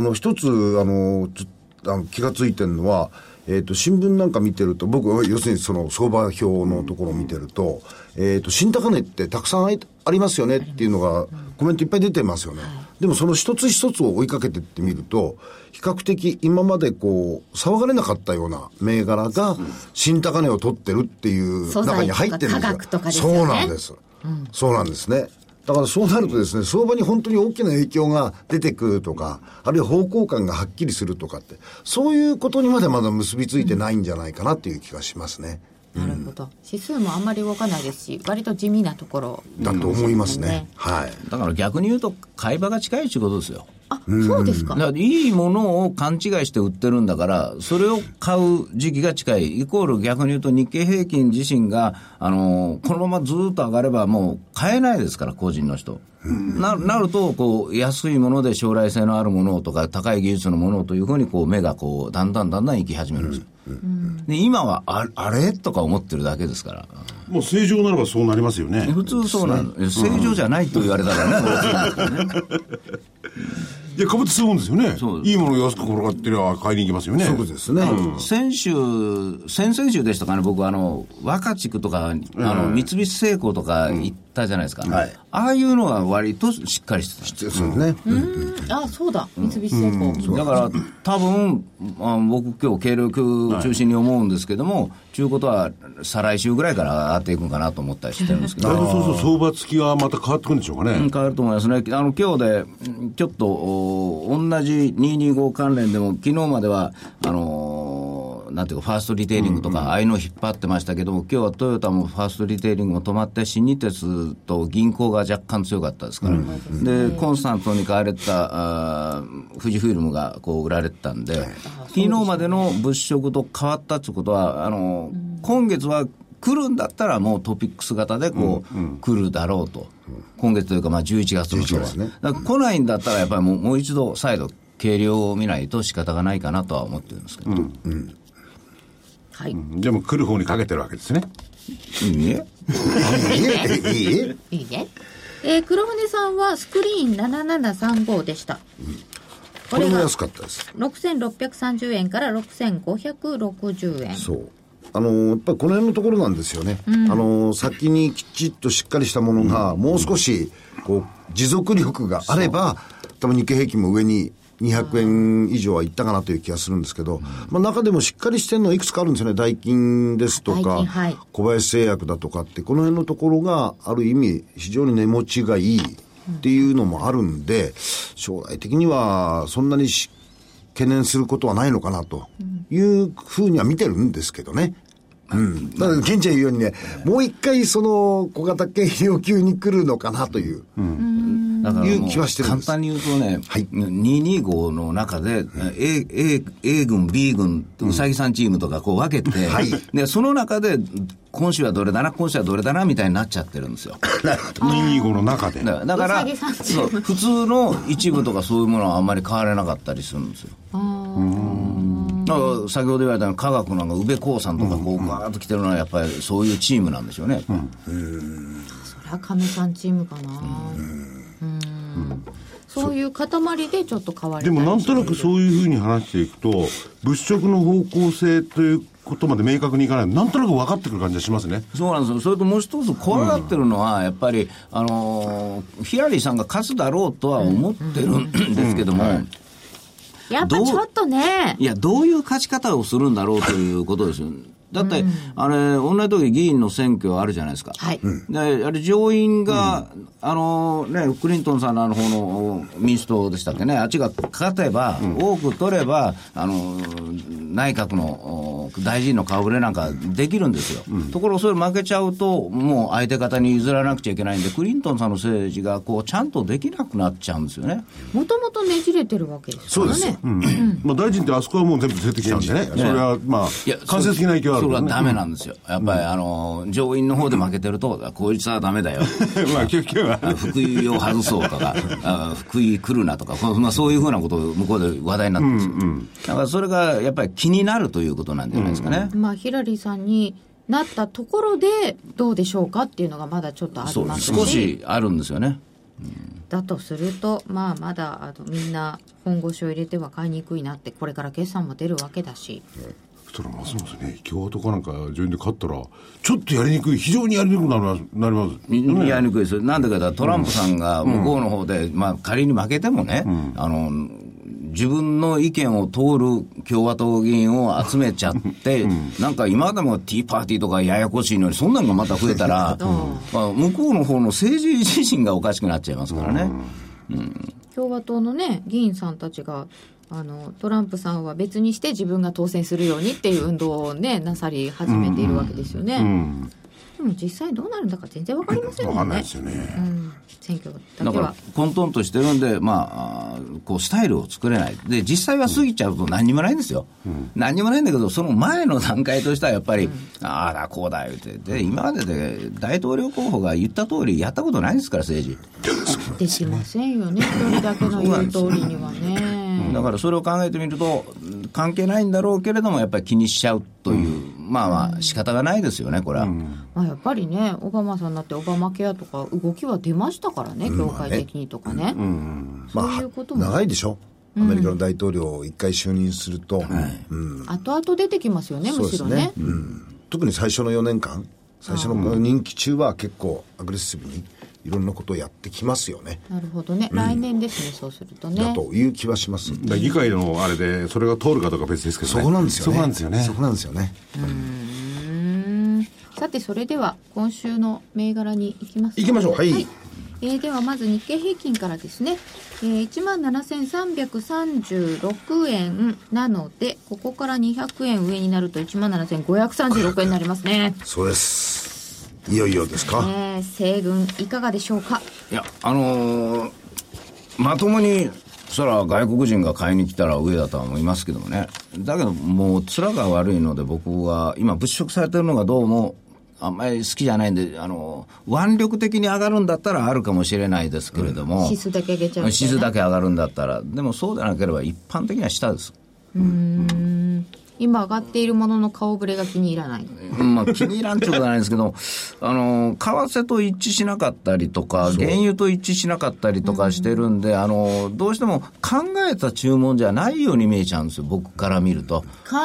の一つあのちょあの気がついてるのは、えー、と新聞なんか見てると僕要するにその相場表のところを見てると,、えー、と新高値ってたくさんあいありますよねっていうのがコメントいっぱい出てますよね、でもその一つ一つを追いかけてってみると比較的今までこう騒がれなかったような銘柄が新高値を取ってるっていう
素材
中に入ってるんですよ
とか価格とかですよ
そ
ね
うなんです、そうなんですねだからそうなるとですね、相場に本当に大きな影響が出てくるとか、あるいは方向感がはっきりするとかって、そういうことにまでまだ結びついてないんじゃないかなっていう気がしますね。
なるほど、指数もあんまり動かないですし割と地味なところ
だと思いますね。はい。
だから逆に言うと、買い場が近いということですよ。
あそうですか
だからいいものを勘違いして売ってるんだから、それを買う時期が近い、イコール逆に言うと、日経平均自身が、あのこのままずっと上がれば、もう買えないですから、個人の人。ななるとこう、安いもので将来性のあるものとか、高い技術のものというふうにこう目がこうだんだんだんだん行き始めるんですよ。で今はああれとか思ってるだけですから、
もう正常ならばそうなりますよね。
普通そうなの、正常じゃないと言われたらね、
いや、株ってそういうもんですよね
そう。
いいもの安く転がってりゃ買いに行きますよね。
そういうことですね。
先週、先々週でしたかね、僕、あの若地区とか、あの三菱製鋼とか行ったじゃないですか、
はい
ああいうのは割としっかりしてたんです
そうですね。
うんあそうだ三菱製鋼、
だから多分あ僕、今日軽量級を中心に思うんですけども、中古とは再来週ぐらいから上がっていくんかなと思ったりしてるんですけ
だい
ど。
ぶそうそう、相場付きがまた変わってくるんでしょうかね。
うん変わると思いますね、あの今日で、うんちょっとお同じ225関連でも、昨日まではあのーなんていうか、ファーストリテイリングとか、ああいうのを引っ張ってましたけども、今日はトヨタもファーストリテイリングも止まって、新日鉄と銀行が若干強かったですから、でコンスタントに買われてたあー富士フイルムがこう売られてたんで、昨日までの物色と変わったってことは、あのー今月は来るんだったらもうトピックス型でこう、来るだろうと、今月というかまあ11月の
11月ね
だから来ないんだったらやっぱりもうもう一度再度計量を見ないと仕方がないかなとは思ってるんですけど、
はい、
でも来る方にかけてるわけですね。
いいえ
えええ え
いいね、えー黒船さんはスクリーン7735でした、
これも安かったです。
6630円から6560円
そう。あのーやっぱりこの辺のところなんですよね。あのー先にきちっとしっかりしたものが、もう少し、こう、持続力があれば、多分日経平均も上に200円以上はいったかなという気がするんですけど、まあ中でもしっかりしてるのいくつかあるんですよね。ダイキンですと
ダイキ
か
ンはい、
小林製薬だとかって、この辺のところがある意味非常に値持ちがいいっていうのもあるんで、将来的にはそんなにし懸念することはないのかなというふうには見てるんですけどね。うん。ただ、現地が言うようにね、もう一回その小型軽量級に来るのかなという。
だからもう
いう気はしてるん
簡
です
単に言うとね、225の中で、A, A, A 軍、B 軍、うさぎさんチームとかこう分けて、
はい
でその中で、今週はどれだな、今週はどれだなみたいになっちゃってるんですよ。
225の中で。
だだか
うさぎ
ら、
さんチ
そう普通の一部とかそういうものはあんまり買われなかったりするんですよ。だから先ほど言われたように科学なんか宇部興産とかこうガーッと来てるのはやっぱりそういうチームなんでしょうね、
そりゃ亀さんチームかなうんそういう塊でちょっと変わり
でもなんとなくそういうふうに話していくと、物色の方向性ということまで明確にいかない、なんとなく分かってくる感じがしますね。
そうなんですよそれともう一つ怖がってるのはやっぱり、あのーヒラリーさんが勝つだろうとは思ってるん ですけども、
やっぱちょっとね
いや、どういう勝ち方をするんだろうということですよ。だって、あれ、同じ時議員の選挙あるじゃないですか。
はい
で、あれ、上院が、あのね、クリントンさんのあの方の民主党でしたっけね、あっちが勝てば、多く取れば、あの、内閣のお大臣の顔ぶれなんかできるんですよ。ところがそれ負けちゃうと、もう相手方に譲らなくちゃいけないんで、クリントンさんの政治が、こう、ちゃんとできなくなっちゃうんですよね。
もともとねじれてるわけですからね
まあ大臣ってあそこはもう全部出てきたんでね。それはまあ
いや、
間接的な影響はある
それはダ
ね。
メなんですよ、やっぱり、あの上院の方で負けてると、あこいつはダメだよ、
まあ結局は。
あ福井を外そうと か、あ福井来るなとか、こうまあ、そういうふうなことを向こうで話題になってるんですよ、だからそれがやっぱり気になるということなんじゃないですかね。
まあヒラリーさんになったところでどうでしょうかっていうのがまだちょっとあり
そう
ます
少しあるんですよね。
だとするとまあまだあのみんな本腰を入れては買いにくいなってこれから決算も出るわけだし
そしたらますますね、共和党かなんか上院で勝ったら、ちょっとやりにくい、非常にやりにくくなります。なります
やりにくいですよ、なんでかというとトランプさんが向こうの方で、まあ、仮に負けてもね、あの自分の意見を通る共和党議員を集めちゃって、なんか今でもティーパーティーとかややこしいのに、そんなのがまた増えたら、まあ、向こうの方の政治自身がおかしくなっちゃいますからね。
共和党のね議員さんたちがあのトランプさんは別にして自分が当選するようにっていう運動をねなさり始めているわけですよね、でも実際どうなるんだか全然わかりませんもんね
わかんないですよね。
うん、選挙だ
だ
け
から
は、
混沌としてるんで、まああー、こう、スタイルを作れない。で、実際は過ぎちゃうと何にもないんですよ。何にもないんだけど、その前の段階としてはやっぱり、ああだ、こうだ、言って。で、今までで大統領候補が言った通りやったことないんですから、政治。
できませんよね一人だけの言う通りにはね
だからそれを考えてみると、うん関係ないんだろうけれども、やっぱり気にしちゃうという、まあまあ、仕方がないですよね、これは。
まあやっぱりねオバマさんになってオバマケアとか動きは出ましたからね業界的にとかね,、
ま
そういうことも
長いでしょアメリカの大統領一回就任すると、うん
後々出てきますよねむ
そうで
しろ
す
ね
ね、うん、特に最初の4年間最初の任期中は結構アグレッシブにいろんなことをやってきますよね、
なるほどね来年ですね、そうするとね
だという気はします、
だから議会のあれで、それが通るかどうか別ですけど
そ
ね。
こなんですよ
そ
ね
こなんですよね。
そこなんですよね
うんさてそれでは今週の銘柄に行きますか
行きましょうはい
えーではまず日経平均からですね、えー、17,336円なのでここから200円上になると17,536円になりますね
そうですいよいよですか、
ねえ西軍いかがでしょうか
いや、あのーまともに、そら外国人が買いに来たら上だとは思いますけどもね。だけどもう、面が悪いので僕は、今物色されてるのがどうも、あんまり好きじゃないんで、あのー腕力的に上がるんだったらあるかもしれないですけれども。
指数だけ上げちゃうみたいな
指数だけ上がるんだったら。でもそうでなければ一般的には下です。
今上がっているものの顔ぶれが気に入らない
まあ、気に入らんってことはないんですけど、 あの、為替と一致しなかったりとか、原油と一致しなかったりとかしてるんで、あの、どうしても考えた注文じゃないように見えちゃうんですよ、僕から見ると。
考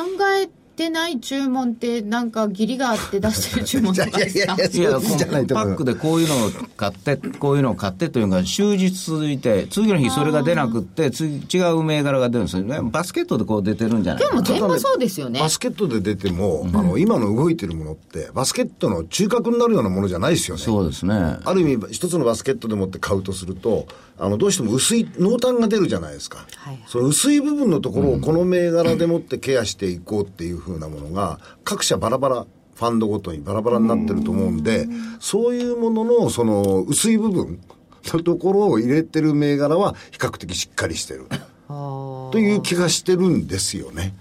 えてない注文ってなんか義理があって出してる注文とかですか
いや、こ
そうじゃない
の
と
パ
思う
ックでこういうのを買って、こういうのを買ってというのが、終日続いて、次の日それが出なくって、次違う銘柄が出るんですよね。バスケットでこう出てるんじゃない
でも
か
全部そうですよね
バスケットで出ても、あの今の動いてるものってバスケットの中核になるようなものじゃないですよね
そうですね。
ある意味一つのバスケットでもって買うとするとあのどうしても薄い濃淡が出るじゃないですか、
はいはい
その薄い部分のところをこの銘柄でもってケアしていこうっていうふうなものが各社バラバラファンドごとにバラバラになってると思うんでそういうもののその薄い部分のところを入れてる銘柄は比較的しっかりしてる
あ
という気がしてるんですよね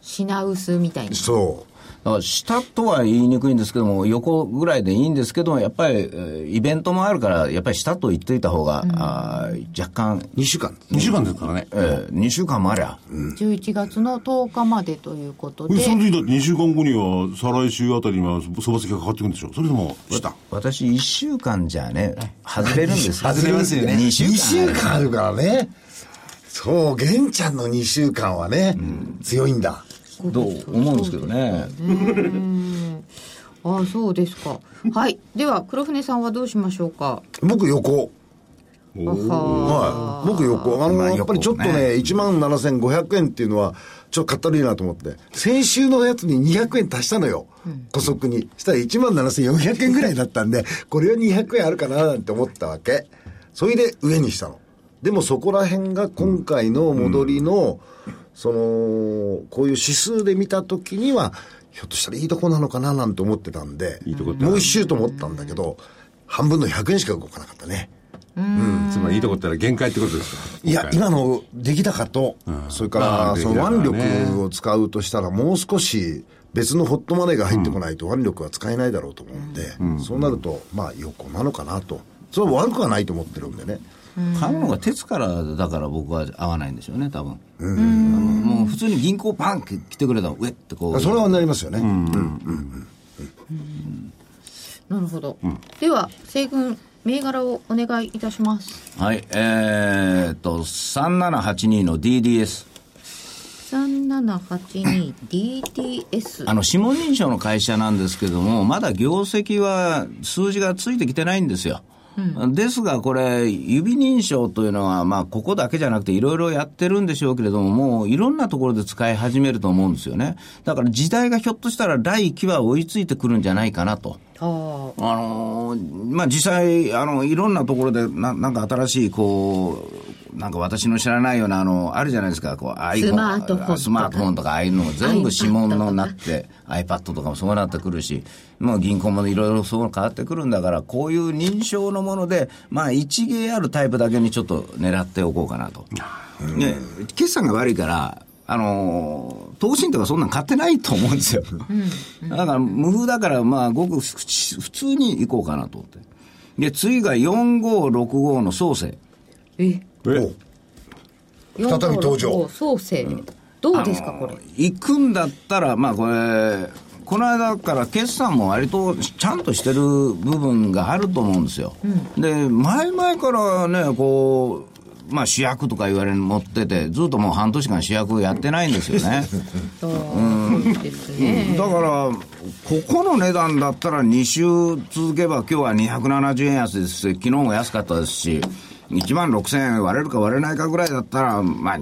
品薄みたいな
そう
だから下とは言いにくいんですけども、横ぐらいでいいんですけど、やっぱりえーイベントもあるから、やっぱり下と言っていた方が、あー若干、
2週間
2週間ですからね。
え2週間もありゃ、
11月の10日までということ
え
で
その時だって2週間後には、再来週あたりにはそば席がかかってくるんでしょそれとも、下。
私、1週間じゃね、外れるんですよ
外れますよね
2週
2週
間
間あるからねそう玄ちゃんの2週間はね、強いんだ
と思うんですけどね。
ああそうですかはいでは黒船さんはどうしましょうか
僕横
あは
はい僕横あの、
まあ
やっぱりちょっとね
横ね
1万7500円っていうのはちょっとかったるいなと思って先週のやつに200円足したのよ姑息にしたら1万7400円ぐらいだったんでこれは200円あるかななんて思ったわけそれで上にしたのでもそこら辺が今回の戻りの、そのこういう指数で見た時にはひょっとしたらいいとこなのかななんて思ってたんでもう一周と思ったんだけど半分の100円しか動かなかったね
つまりいいとこってのは限界ってことですか
いや、今の出来高と、それから、
まあ
その
出来
腕
高ね
力を使うとしたら、もう少し別のホットマネーが入ってこないと腕力は使えないだろうと思うんで、そうなると、まあ、横なのかなと。それは悪くはないと思ってるんでね。
買うのが鉄からだから僕は合わないんでしょうね、多分。あのもう普通に銀行パンって来てくれたら、うえってこう。
それはなりますよね。
いなるほど、では西軍銘柄をお願いいたします
はい、えーっと、3782の DDS。
3782DTS
あの指紋認証の会社なんですけども、まだ業績は数字がついてきてないんですよ。ですが、これ、指認証というのは、まあ、ここだけじゃなくて、いろいろやってるんでしょうけれども、もういろんなところで使い始めると思うんですよね。だから時代がひょっとしたら第1期は追いついてくるんじゃないかなと。
はあ
あのーまあ、実際、あの、いろんなところで、ななんか新しい、こう、なんか私の知らないような、あの、あるじゃないですか、こう、iPhone
スマートフォンとか
スマートフォンとか、ああいうのも全部
iPad
指紋のなって、iPad とかもそうなってくるし、もう銀行もいろいろそう変わってくるんだから、こういう認証のもので、まあ、一芸あるタイプだけにちょっと狙っておこうかなと。ね、決算が悪いから、あのー投信とかそんなん買ってないと思うんですよ。だから、無風だから、まあ、ごく普通普通に行こうかなと思って。で、次が4565の創生。
え
お
再
再び登場
創生どうですかこれ
行くんだったら、まあこれ、この間から決算も割とちゃんとしてる部分があると思うんですよ。で、前々からね、こう、まあ主役とか言われるの持ってて、ずっともう半年間主役やってないんですよ ね。
そうそうですね
だから、ここの値段だったら2週続けば、今日は270円安ですし、昨日も安かったですし、1万6000円割れるか割れないかぐらいだったら、まあ、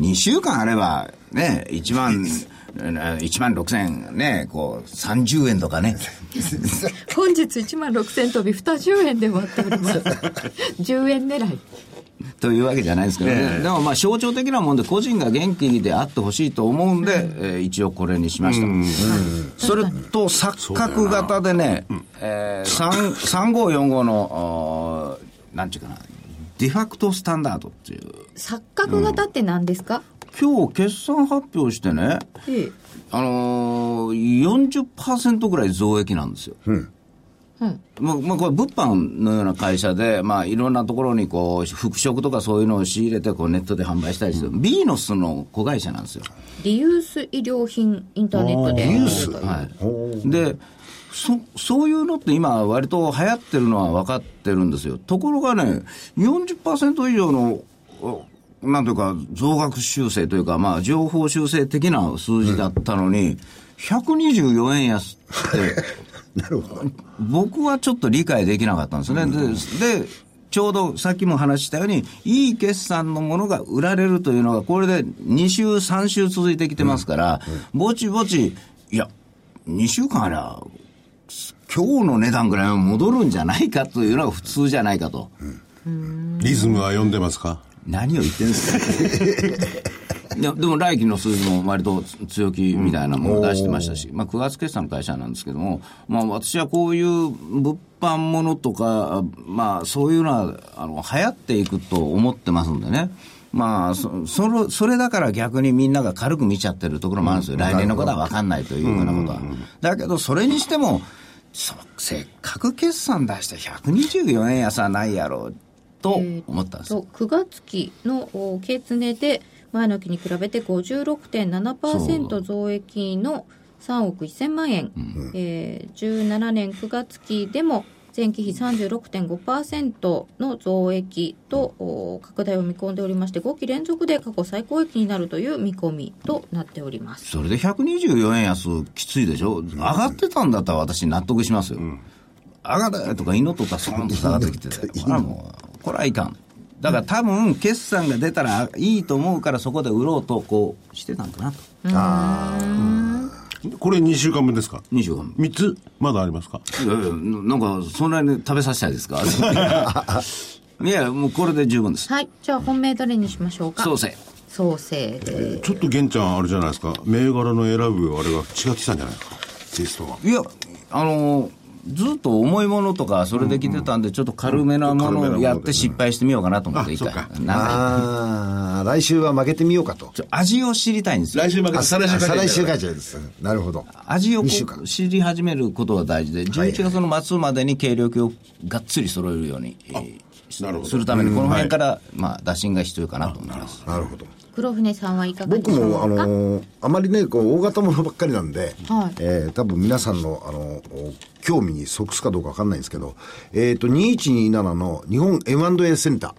2週間あれば、ね、1万、1万6000円、ね、こう、30円とかね。
本日1万6000飛び20円で割っております 10円狙い
というわけじゃないですけどね、でもまあ象徴的なもんで、個人が元気であってほしいと思うんで、えー一応これにしました、それと錯覚型でね、えー3 3545の、あーなんていうかな、ディファクトスタンダードっていう、
錯覚型って何ですか、
今日決算発表してね、
ええ
あのー、40%ぐらい増益なんですよ。
うん
まあ、まあ、これ、物販のような会社で、まあ、いろんなところに、こう、服飾とかそういうのを仕入れて、こう、ネットで販売したりする。ビーノスの子会社なんですよ。
リユース医療品インターネットでリユース
はい。で、そ、そういうのって今、割と流行ってるのは分かってるんですよ。ところがね、40%以上の、おなんというか、増額修正というか、まあ、情報修正的な数字だったのに、124円安って、
なるほど。
僕はちょっと理解できなかったんですね。でで、ちょうどさっきも話したように、いい決算のものが売られるというのが、これで2週、3週続いてきてますから、ぼちぼち、いや、2週間ありゃ、今日の値段ぐらいは戻るんじゃないかというのが普通じゃないかと。
リズムは読んでますか
何を言ってんですか いやでも来期の数字も割と強気みたいなものを出してましたし、まあ、9月決算の会社なんですけども、まあ、私はこういう物販ものとか、まあ、そういうのはあの流行っていくと思ってますんでね。まあ、そそれそれだから逆にみんなが軽く見ちゃってるところもあるんですよ、来年のことは分かんないというようなことは。だけど、それにしても、そせっかく決算出して124円安はないやろうと思ったんですよ
と9月期のお月値で前の期に比べて
そう
56.7%増益の3億1000万円、えー17年9月期でも前期比36.5%の増益と、お拡大を見込んでおりまして5期連続で過去最高益になるという見込みとなっております。
それで124円安、きついでしょ、上がってたんだったら私、納得しますよ、上がれとか、祈っとったら、そーンと下がってきて て、これはもう、これはいかん、だから多分決算が出たらいいと思うから、そこで売ろうとこうしてたんかなと、
これ2週間分ですか
25分。
3つまだありますか
いやいやななんか、そんなに食べさせたい ですかいや、もうこれで十分です。
はい、じゃあ本命どれにしましょうか。
そうせい。
創生で
ちょっと玄ちゃんあれじゃないですか銘柄の選ぶあれが違ってきたんじゃないですかテイストが
いや、あの、ずっと重いものとか、それで来てたんで、ちょっと軽めなものをやって失敗してみようかなと思って、一回。なんか
ああ、来週は負けてみようかと。
ちょ味を知りたいんですよ。
週まで
あ、再来週会長。再来週会長です。なるほど。
味をこ
二週間
う知り始めることが大事で、11月の末までに軽量級をがっつり揃えるように、えー
なるほど
するために、この辺から、まあ、打診が必要かなと思います。
なるほど。
黒船さんはいかがで
僕
しょうか。
も、あのーあまりね、こう、大型ものばっかりなんで、
はい
えー多分皆さんの、あのー興味に即すかどうかわかんないんですけど、えっ、と、2127の日本 M&A センター。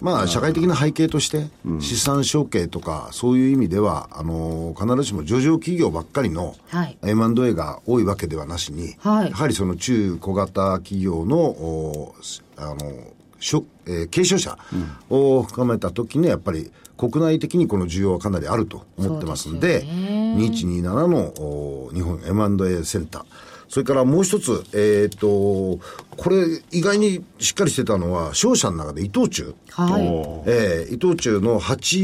まあ、社会的な背景として、資産承継とか、そういう意味では、あの必ずしも上場企業ばっかりの
はい
M&A が多いわけではなしに、
はい
やはりその中小型企業の、おあのしょえー継承者を含めたときに、やっぱり国内的にこの需要はかなりあると思ってますんで、
そうですよね
2127のお日本 M&A センター。それからもう一つ、えっ、と、これ意外にしっかりしてたのは、商社の中で伊藤忠。
はい
えー伊藤忠の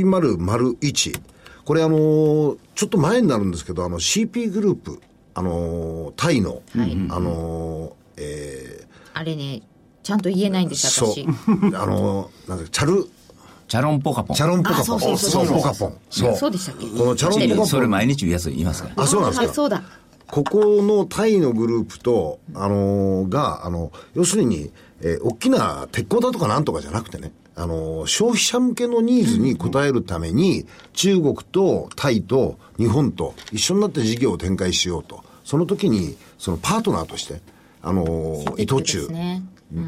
8001。これあのーちょっと前になるんですけど、あの CP グループ、あのータイの、あのーえー
あれねちゃんと言えないんです
そう
私、
あのーなんだっけチャル、
チャロンポカポン。
チャロンポカ
あそ
ポ
うそ
ン。
うそう
ポカポン。そう。
そうでしたっけ
このチャロンポカポン。
それ毎日言うやつ言いますから。
あ、そうなんですか。
はいそうだ
ここのタイのグループと、あのーが、あの、要するに、えー大きな鉄鋼だとかなんとかじゃなくてね、あのー消費者向けのニーズに応えるために、中国とタイと日本と一緒になって事業を展開しようと。その時に、そのパートナーとして、あのー伊
テック
藤
です
忠、
ね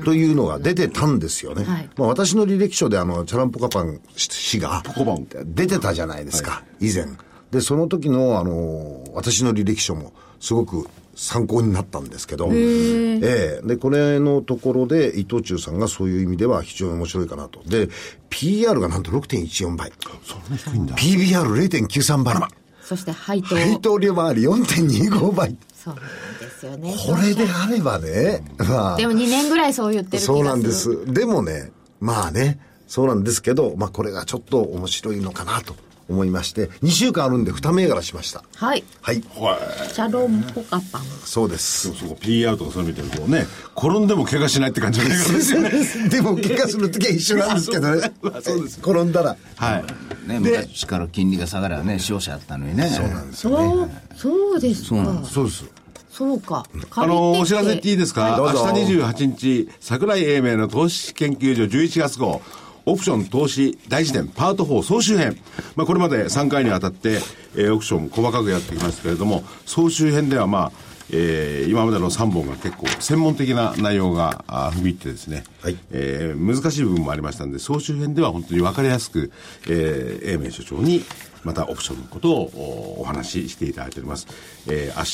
というのが出てたんですよね。
はい
まあ私の履歴書であの、チャランポカパン氏が出てたじゃないですか、以前。で、その時のあの、私の履歴書もすごく参考になったんですけど、ええで、これのところで伊藤忠さんがそういう意味では非常に面白いかなと。で、PR がなんと6.14倍。そんな低いんだ。PBR0.93 倍。
そして配当
配当利回り4.25倍。
そうなんですよね
これであればね、まあ。
でも2年ぐらいそう言ってる気がする
そうなんです。でもね、まあね、そうなんですけど、まあこれがちょっと面白いのかなと思いまして、2週間あるんで2銘柄しました。
はい
はい、
チャロンポカパン
そう です。
そこ PR とかそういうの見てるとね転んでも怪我しないって感じの映画ですよ ね
でも、怪我するときは一緒なんですけどね。転んだら。
はい
ね、昔から金利が下がればね、勝者やったのにね。そうなんです。
そうそうですか
そうです。
そうか
あのお知らせっていいですか、
はいどうぞ
明日28日、桜井英明の投資研究所11月号、オプション投資大辞典パート4総集編。まあ、これまで3回にわたって、えーオプション細かくやってきましたけれども、総集編ではまあ、えー今までの3本が結構専門的な内容があー踏み入ってですね、
はい
えー難しい部分もありましたんで、総集編では本当に分かりやすく、えー、英明所長にまたオプションのことをおお話ししていただいております。えー明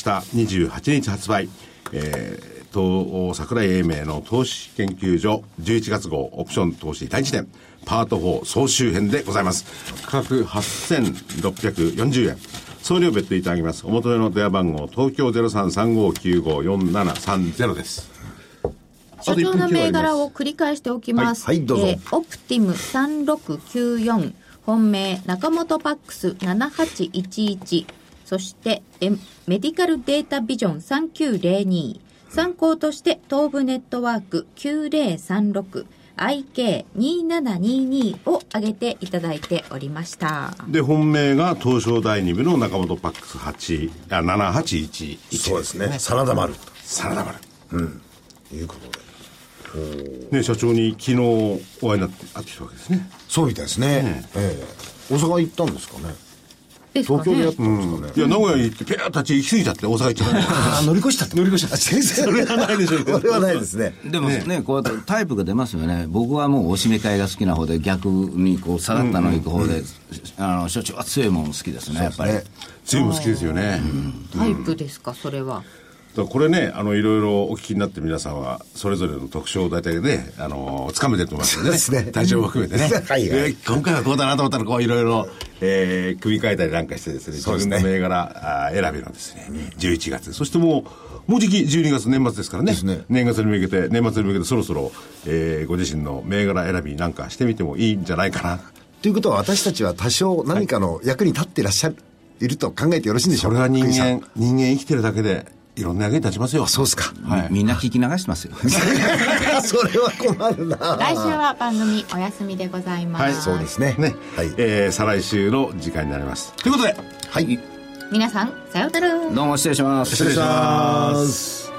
日28日発売、えーと桜井英明の投資研究所11月号オプション投資第一年パート4総集編でございます。価格8640円。送料別途いただきます。お求めの電話番号、東京0335954730です。
所長の銘柄を繰り返しておきます。
はいはいどうぞ
ーオプティム3694、本命中本パックス7811、そしてえメディカルデータビジョン3902、参考として東部ネットワーク9036、IK2722 を挙げていただいておりました。
で本命が東証第2部の中本パックス8あ781
そうですね。真田丸
サラダバル
ということで。
ね社長に昨日お会いになって会ってきたわけですね
そうみたいですね。ええ大阪行ったんですかね。
ですかね
東京でやったんですかね。
いや名古屋に行ってペアたち行き過ぎちゃって大阪行っちゃった
あ、乗り越した乗り越した。先生、それはないでしょうそれはないですね。
でもねこうやってタイプが出ますよね。僕はもうおしめ会が好きな方で、逆にこう下がったの行く方で、あの、所長は強いもん好きですね、やっぱり。
ね
随分好きですよね、だ
タイプですか、それは。
からこれねあのいろいろお聞きになって皆さんはそれぞれの特徴を大体ねあのつかめてると思いますので,、ね、
そうですね
体調も含めてね
はいはい
で今回はこうだなと思ったらこういろいろ、えー組み替えたりなんかしてですね
そうで
自
すね
分の銘柄あー選びのですね11月そしてもうもうじき12月年末ですからね
ですね
年末に向けて年末に向けてそろそろ、えーご自身の銘柄選びなんかしてみてもいいんじゃないかな
ということは私たちは多少何かの役に立っていらっしゃる、い、ると考えてよろしいんでしょ
そうれは
か
人
栗さん
間人間生きてるだけでいろんな役に立ちますよ
そうですか。
はい
みんな聞き流してますよ。
それは困るな。
来週は番組お休みでございます。
はい
そうですね。
ね、
はい。
えー再来週の時間になりますということで
はい。
皆さん、さようなら。
どうも失礼します。
失礼します